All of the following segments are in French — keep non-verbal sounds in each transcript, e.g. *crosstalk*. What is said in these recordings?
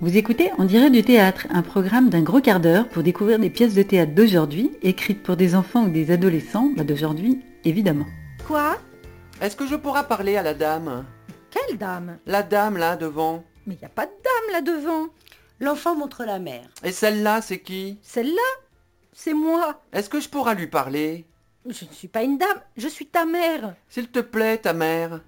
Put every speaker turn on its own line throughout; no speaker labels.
Vous écoutez On dirait du théâtre, un programme d'un gros quart d'heure pour découvrir des pièces de théâtre d'aujourd'hui, écrites pour des enfants ou des adolescents, bah d'aujourd'hui évidemment.
Quoi
Est-ce que je pourrais parler à la dame
Quelle dame
La dame là devant.
Mais il a pas de dame là devant.
L'enfant montre la mère.
Et celle-là, c'est qui
Celle-là C'est moi.
Est-ce que je pourrais lui parler
Je ne suis pas une dame, je suis ta mère.
S'il te plaît, ta mère.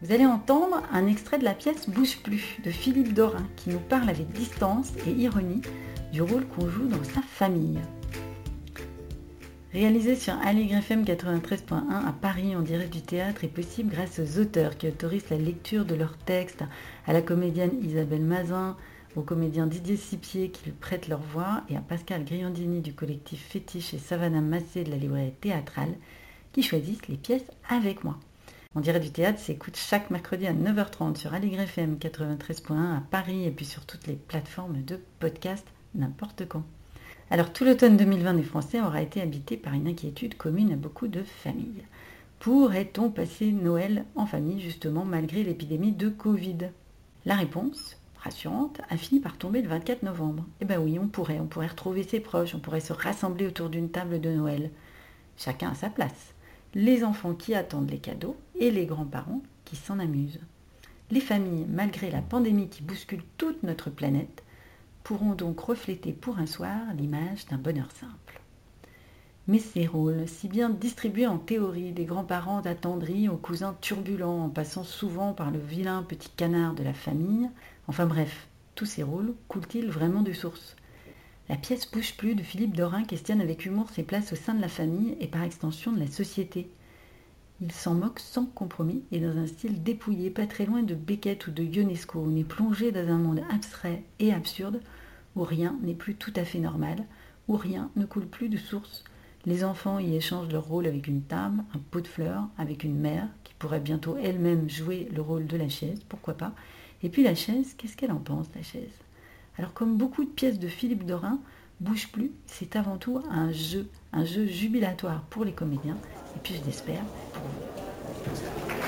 Vous allez entendre un extrait de la pièce Bouge plus de Philippe Dorin qui nous parle avec distance et ironie du rôle qu'on joue dans sa famille. Réalisé sur Aligre FM 93.1 à Paris en direct du théâtre est possible grâce aux auteurs qui autorisent la lecture de leurs textes à la comédienne Isabelle Mazin, au comédien Didier Sipier qui lui prête leur voix et à Pascal Griandini du collectif Fétiche et Savannah Massé de la librairie théâtrale qui choisissent les pièces avec moi. On dirait du théâtre s'écoute chaque mercredi à 9h30 sur Allegre FM 93.1 à Paris et puis sur toutes les plateformes de podcast n'importe quand. Alors tout l'automne 2020 des Français aura été habité par une inquiétude commune à beaucoup de familles. Pourrait-on passer Noël en famille justement malgré l'épidémie de Covid La réponse rassurante, a fini par tomber le 24 novembre. Eh ben oui, on pourrait, on pourrait retrouver ses proches, on pourrait se rassembler autour d'une table de Noël. Chacun à sa place les enfants qui attendent les cadeaux et les grands-parents qui s'en amusent. Les familles, malgré la pandémie qui bouscule toute notre planète, pourront donc refléter pour un soir l'image d'un bonheur simple. Mais ces rôles, si bien distribués en théorie des grands-parents attendris aux cousins turbulents en passant souvent par le vilain petit canard de la famille, enfin bref, tous ces rôles coulent-ils vraiment de source la pièce Bouge plus de Philippe Dorin questionne avec humour ses places au sein de la famille et par extension de la société. Il s'en moque sans compromis et dans un style dépouillé, pas très loin de Beckett ou de Ionesco. On est plongé dans un monde abstrait et absurde où rien n'est plus tout à fait normal, où rien ne coule plus de source. Les enfants y échangent leur rôle avec une table, un pot de fleurs, avec une mère qui pourrait bientôt elle-même jouer le rôle de la chaise, pourquoi pas. Et puis la chaise, qu'est-ce qu'elle en pense, la chaise alors comme beaucoup de pièces de Philippe Dorin, Bouge plus, c'est avant tout un jeu, un jeu jubilatoire pour les comédiens, et puis je l'espère pour vous.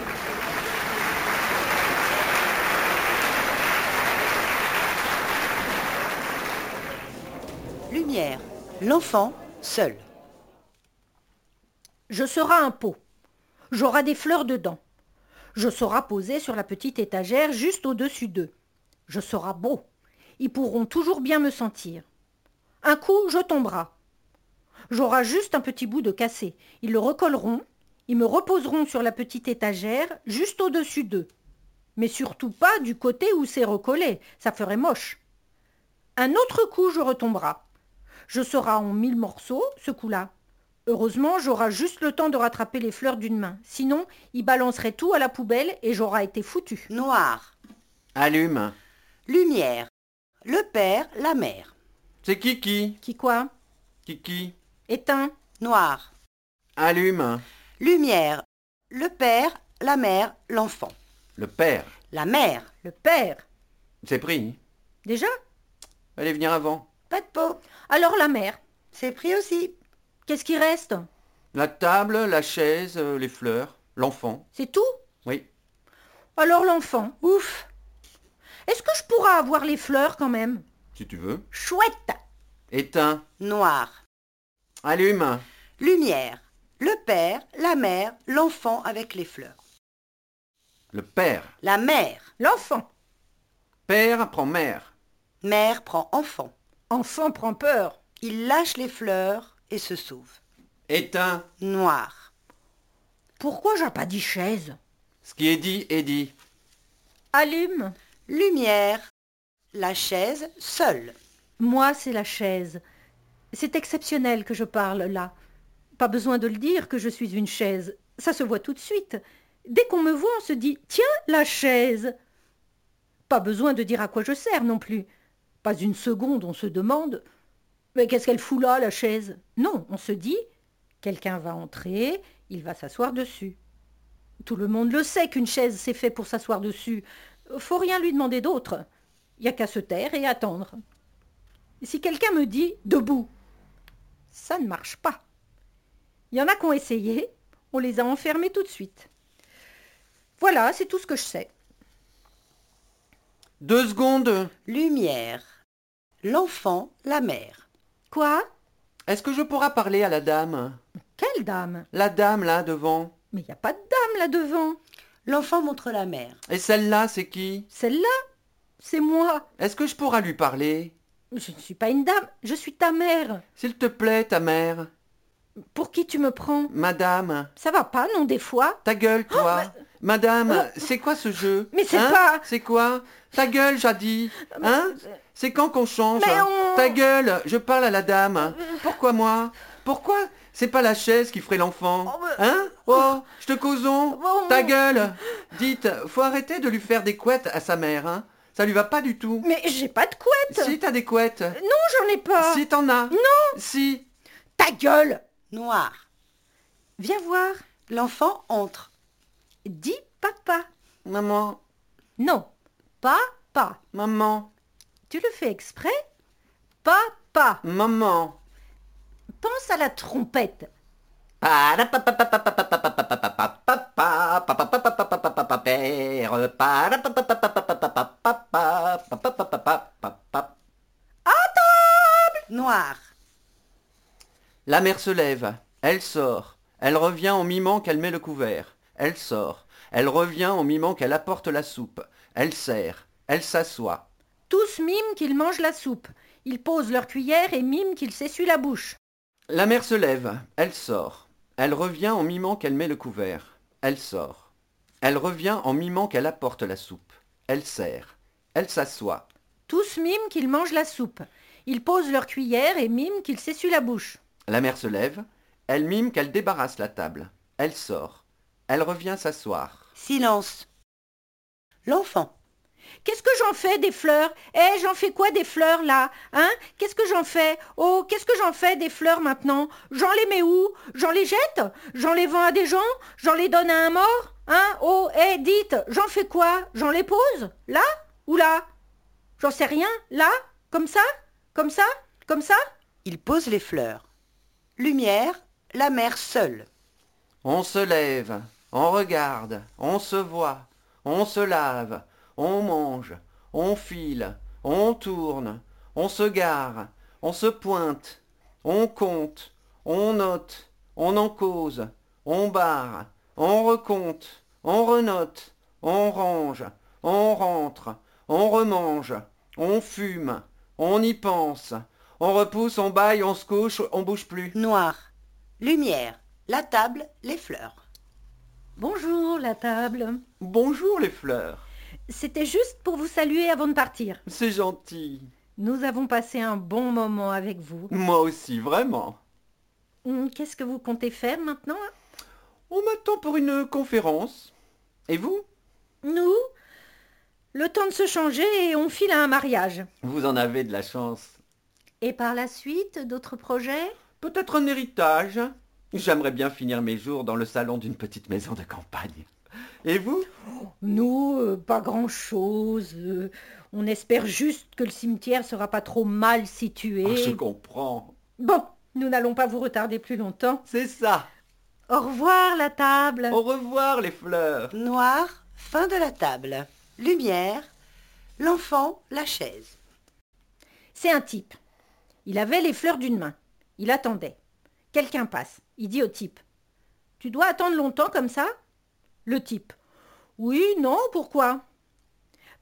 Lumière. L'enfant seul.
Je serai un pot. J'aurai des fleurs dedans. Je serai posé sur la petite étagère juste au-dessus d'eux. Je serai beau ils pourront toujours bien me sentir. Un coup, je tomberai. J'aurai juste un petit bout de cassé. Ils le recolleront, ils me reposeront sur la petite étagère, juste au-dessus d'eux. Mais surtout pas du côté où c'est recollé, ça ferait moche. Un autre coup, je retomberai. Je serai en mille morceaux, ce coup-là. Heureusement, j'aurai juste le temps de rattraper les fleurs d'une main. Sinon, ils balanceraient tout à la poubelle et j'aurai été foutu.
Noir.
Allume.
Lumière. Le père, la mère.
C'est Kiki.
Qui quoi
Kiki.
Éteint.
Noir.
Allume.
Lumière. Le père, la mère, l'enfant.
Le père.
La mère.
Le père.
C'est pris.
Déjà
Allez venir avant.
Pas de peau.
Alors la mère.
C'est pris aussi.
Qu'est-ce qui reste
La table, la chaise, euh, les fleurs, l'enfant.
C'est tout
Oui.
Alors l'enfant. Ouf. Est-ce que je pourrais avoir les fleurs quand même
Si tu veux.
Chouette.
Éteins.
Noir.
Allume.
Lumière. Le père, la mère, l'enfant avec les fleurs.
Le père.
La mère.
L'enfant.
Père prend mère.
Mère prend enfant.
Enfant prend peur.
Il lâche les fleurs et se sauve.
Éteins.
Noir.
Pourquoi j'ai pas dit chaise
Ce qui est dit est dit.
Allume.
Lumière. La chaise seule.
Moi, c'est la chaise. C'est exceptionnel que je parle là. Pas besoin de le dire que je suis une chaise. Ça se voit tout de suite. Dès qu'on me voit, on se dit Tiens, la chaise Pas besoin de dire à quoi je sers non plus. Pas une seconde, on se demande Mais qu'est-ce qu'elle fout là, la chaise Non, on se dit Quelqu'un va entrer, il va s'asseoir dessus. Tout le monde le sait qu'une chaise, c'est fait pour s'asseoir dessus. Faut rien lui demander d'autre. Y a qu'à se taire et attendre. Si quelqu'un me dit debout, ça ne marche pas. Il y en a qui ont essayé, on les a enfermés tout de suite. Voilà, c'est tout ce que je sais.
Deux secondes.
Lumière. L'enfant, la mère.
Quoi
Est-ce que je pourrais parler à la dame
Quelle dame
La dame là devant.
Mais il n'y a pas de dame là-devant.
L'enfant montre la mère.
Et celle-là, c'est qui
Celle-là C'est moi.
Est-ce que je pourrais lui parler
Je ne suis pas une dame, je suis ta mère.
S'il te plaît, ta mère.
Pour qui tu me prends
Madame.
Ça va pas, non, des fois
Ta gueule,
*gasps*
toi. Madame, c'est quoi ce jeu
Bah, oh. Mais c'est
Hein
pas-
C'est quoi Ta gueule, Jadi. Hein C'est quand qu'on change
Mais on- Euh.
Ta gueule, je parle à la dame. Pourquoi moi Pourquoi c'est pas la chaise qui ferait l'enfant
Oh, mais- Oh,
Hein Oh, je te causons
Bon.
Ta gueule Dites, faut arrêter de lui faire des couettes à sa mère, hein Ça lui va pas du tout.
Mais j'ai pas de couette
Si t'as des couettes,
Non, j'en ai pas
si t'en as. Non Si
Ta gueule
Noir.
Viens voir.
L'enfant entre.
Dis papa.
Maman,
Non, papa.
maman,
Tu le fais exprès Papa.
maman.
Pense à la trompette.
Noir.
La mère se lève, elle sort, elle revient en mimant qu'elle met le couvert, elle sort, elle revient en mimant qu'elle apporte la soupe, elle sert, elle s'assoit.
Tous miment qu'ils mangent la soupe. Ils posent leur cuillère et miment qu'ils s'essuient la bouche.
La mère se lève, elle sort, elle revient en mimant qu'elle met le couvert, elle sort, elle revient en mimant qu'elle apporte la soupe, elle sert, elle s'assoit.
Tous miment qu'ils mangent la soupe. Ils posent leur cuillère et miment qu'ils s'essuient la bouche.
La mère se lève, elle mime qu'elle débarrasse la table, elle sort, elle revient s'asseoir.
Silence. L'enfant.
Qu'est-ce que j'en fais des fleurs Eh, j'en fais quoi des fleurs là Hein Qu'est-ce que j'en fais Oh, qu'est-ce que j'en fais des fleurs maintenant J'en les mets où J'en les jette J'en les vends à des gens J'en les donne à un mort Hein Oh, eh, dites, j'en fais quoi J'en les pose Là Ou là J'en sais rien Là Comme ça Comme ça Comme ça
Il pose les fleurs. Lumière. La mère seule.
On se lève, on regarde, on se voit, on se lave, on mange, on file, on tourne, on se gare, on se pointe, on compte, on note, on en cause, on barre, on recompte, on renote, on range, on rentre, on remange, on fume, on y pense, on repousse, on baille, on se couche, on bouge plus.
Noir. Lumière. La table. Les fleurs.
Bonjour, la table.
Bonjour les fleurs.
C'était juste pour vous saluer avant de partir.
C'est gentil.
Nous avons passé un bon moment avec vous.
Moi aussi, vraiment.
Hum, Qu'est-ce que vous comptez faire maintenant
On m'attend pour une conférence. Et vous
Nous, le temps de se changer et on file à un mariage.
Vous en avez de la chance.
Et par la suite, d'autres projets
Peut-être un héritage. J'aimerais bien finir mes jours dans le salon d'une petite maison de campagne. Et vous
Nous, euh, pas grand-chose. euh, on espère juste que le cimetière sera pas trop mal
Oh, Je
situé.
comprends.
Bon, nous n'allons pas vous retarder plus longtemps.
C'est ça.
Au revoir la table.
Au revoir les fleurs.
Noir. Fin de la table. Lumière. L'enfant. La chaise.
C'est un type. Il avait les fleurs d'une main. Il attendait. Quelqu'un passe. Il dit au type. Tu dois attendre longtemps comme ça Le type. Oui, non, pourquoi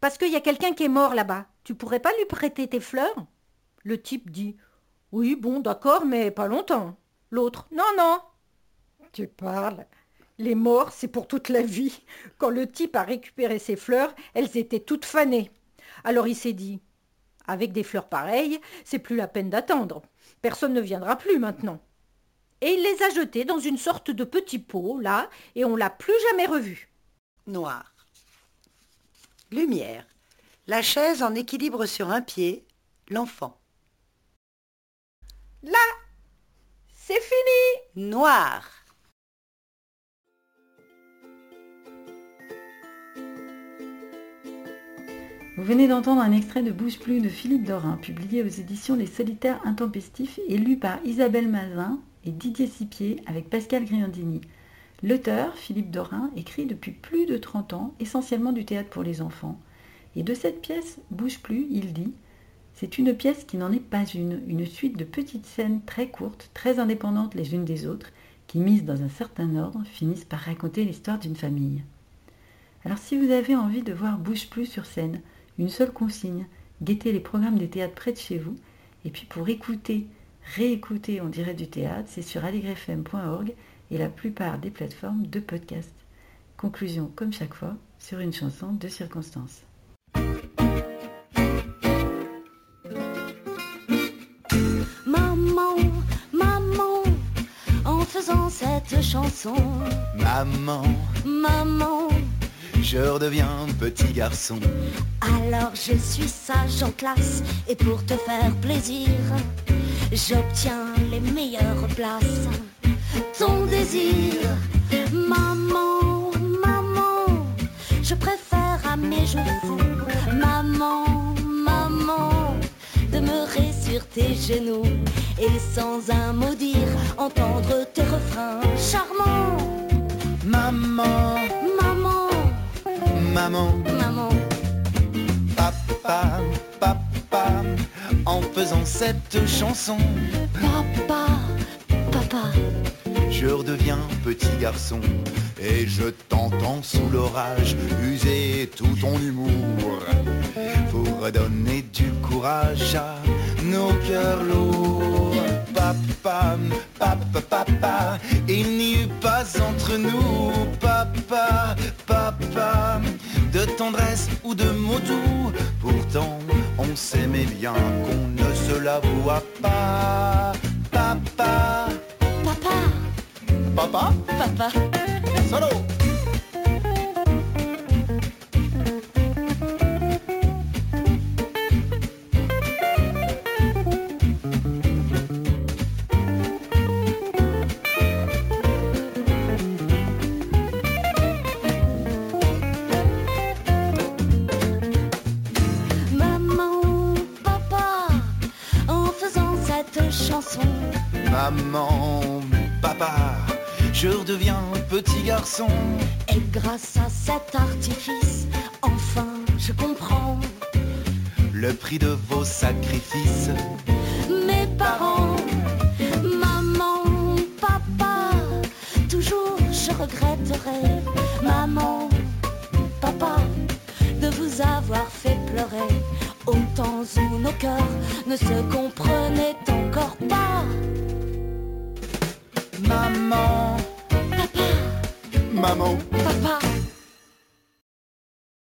Parce qu'il y a quelqu'un qui est mort là-bas. Tu pourrais pas lui prêter tes fleurs Le type dit. Oui, bon, d'accord, mais pas longtemps. L'autre. Non, non. Tu parles. Les morts, c'est pour toute la vie. Quand le type a récupéré ses fleurs, elles étaient toutes fanées. Alors il s'est dit. Avec des fleurs pareilles, c'est plus la peine d'attendre. Personne ne viendra plus maintenant. Et il les a jetées dans une sorte de petit pot, là, et on l'a plus jamais revu.
Noir. Lumière. La chaise en équilibre sur un pied. L'enfant.
C'est fini
Noir.
Vous venez d'entendre un extrait de Bouge plus de Philippe Dorin, publié aux éditions Les Solitaires Intempestifs et lu par Isabelle Mazin et Didier Sipier avec Pascal Griandini. L'auteur, Philippe Dorin, écrit depuis plus de 30 ans essentiellement du théâtre pour les enfants. Et de cette pièce, Bouge plus, il dit C'est une pièce qui n'en est pas une, une suite de petites scènes très courtes, très indépendantes les unes des autres, qui, mises dans un certain ordre, finissent par raconter l'histoire d'une famille. Alors si vous avez envie de voir Bouge plus sur scène, une seule consigne, guettez les programmes des théâtres près de chez vous, et puis pour écouter, réécouter on dirait du théâtre, c'est sur allegrefm.org et la plupart des plateformes de podcast. Conclusion, comme chaque fois, sur une chanson de circonstance.
Maman, maman, en faisant cette chanson,
Maman,
maman,
je redeviens petit garçon.
alors je suis sage en classe et pour te faire plaisir, j'obtiens les meilleures places. Ton désir, maman, maman, je préfère à mes jeux fous, maman, maman, demeurer sur tes genoux et sans un mot dire entendre tes refrains charmants.
Maman,
Maman,
maman,
maman,
papa, papa, en faisant cette chanson,
papa, papa,
je redeviens petit garçon. Et je t'entends sous l'orage user tout ton humour pour redonner du courage à nos cœurs lourds. Papa, papa, papa, il n'y eut pas entre nous, papa, papa, de tendresse ou de mots doux. Pourtant, on s'aimait bien qu'on ne se l'avoue pas. Papa,
papa,
papa,
papa.
solo.
Maman, papa, en faisant cette chanson,
Maman, papa, je redeviens petit garçon.
et grâce à cet artifice, enfin je comprends
Le prix de vos sacrifices,
mes parents. Maman, papa, toujours je regretterai, maman, papa, de vous avoir fait pleurer. Au temps où nos cœurs ne se comprenaient encore pas,
maman,
papa,
maman,
papa.